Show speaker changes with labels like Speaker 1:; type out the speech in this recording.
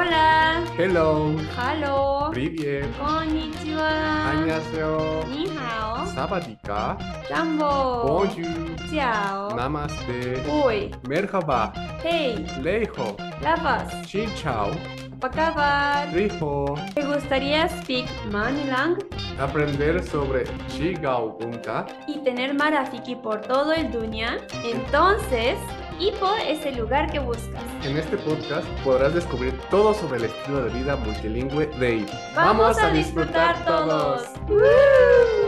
Speaker 1: Hola,
Speaker 2: Hello,
Speaker 1: halo,
Speaker 2: привет,
Speaker 1: konnichiwa,
Speaker 2: 안녕하세요,
Speaker 1: ni hao,
Speaker 2: sabadika,
Speaker 1: jambo,
Speaker 2: bonjour,
Speaker 1: ciao,
Speaker 2: namaste,
Speaker 1: uy,
Speaker 2: merhaba,
Speaker 1: hey,
Speaker 2: lejo,
Speaker 1: lavas,
Speaker 2: chin chao,
Speaker 1: pakabar.
Speaker 2: rijo.
Speaker 1: ¿Te gustaría speak Manilang
Speaker 2: Aprender sobre Shigaogunka
Speaker 1: y tener marafiki por todo el dunia? Entonces, Ipo es el lugar que buscas.
Speaker 2: En este podcast podrás descubrir todo sobre el estilo de vida multilingüe de Ipo.
Speaker 1: ¡Vamos, a, disfrutar, todos! ¡Woo!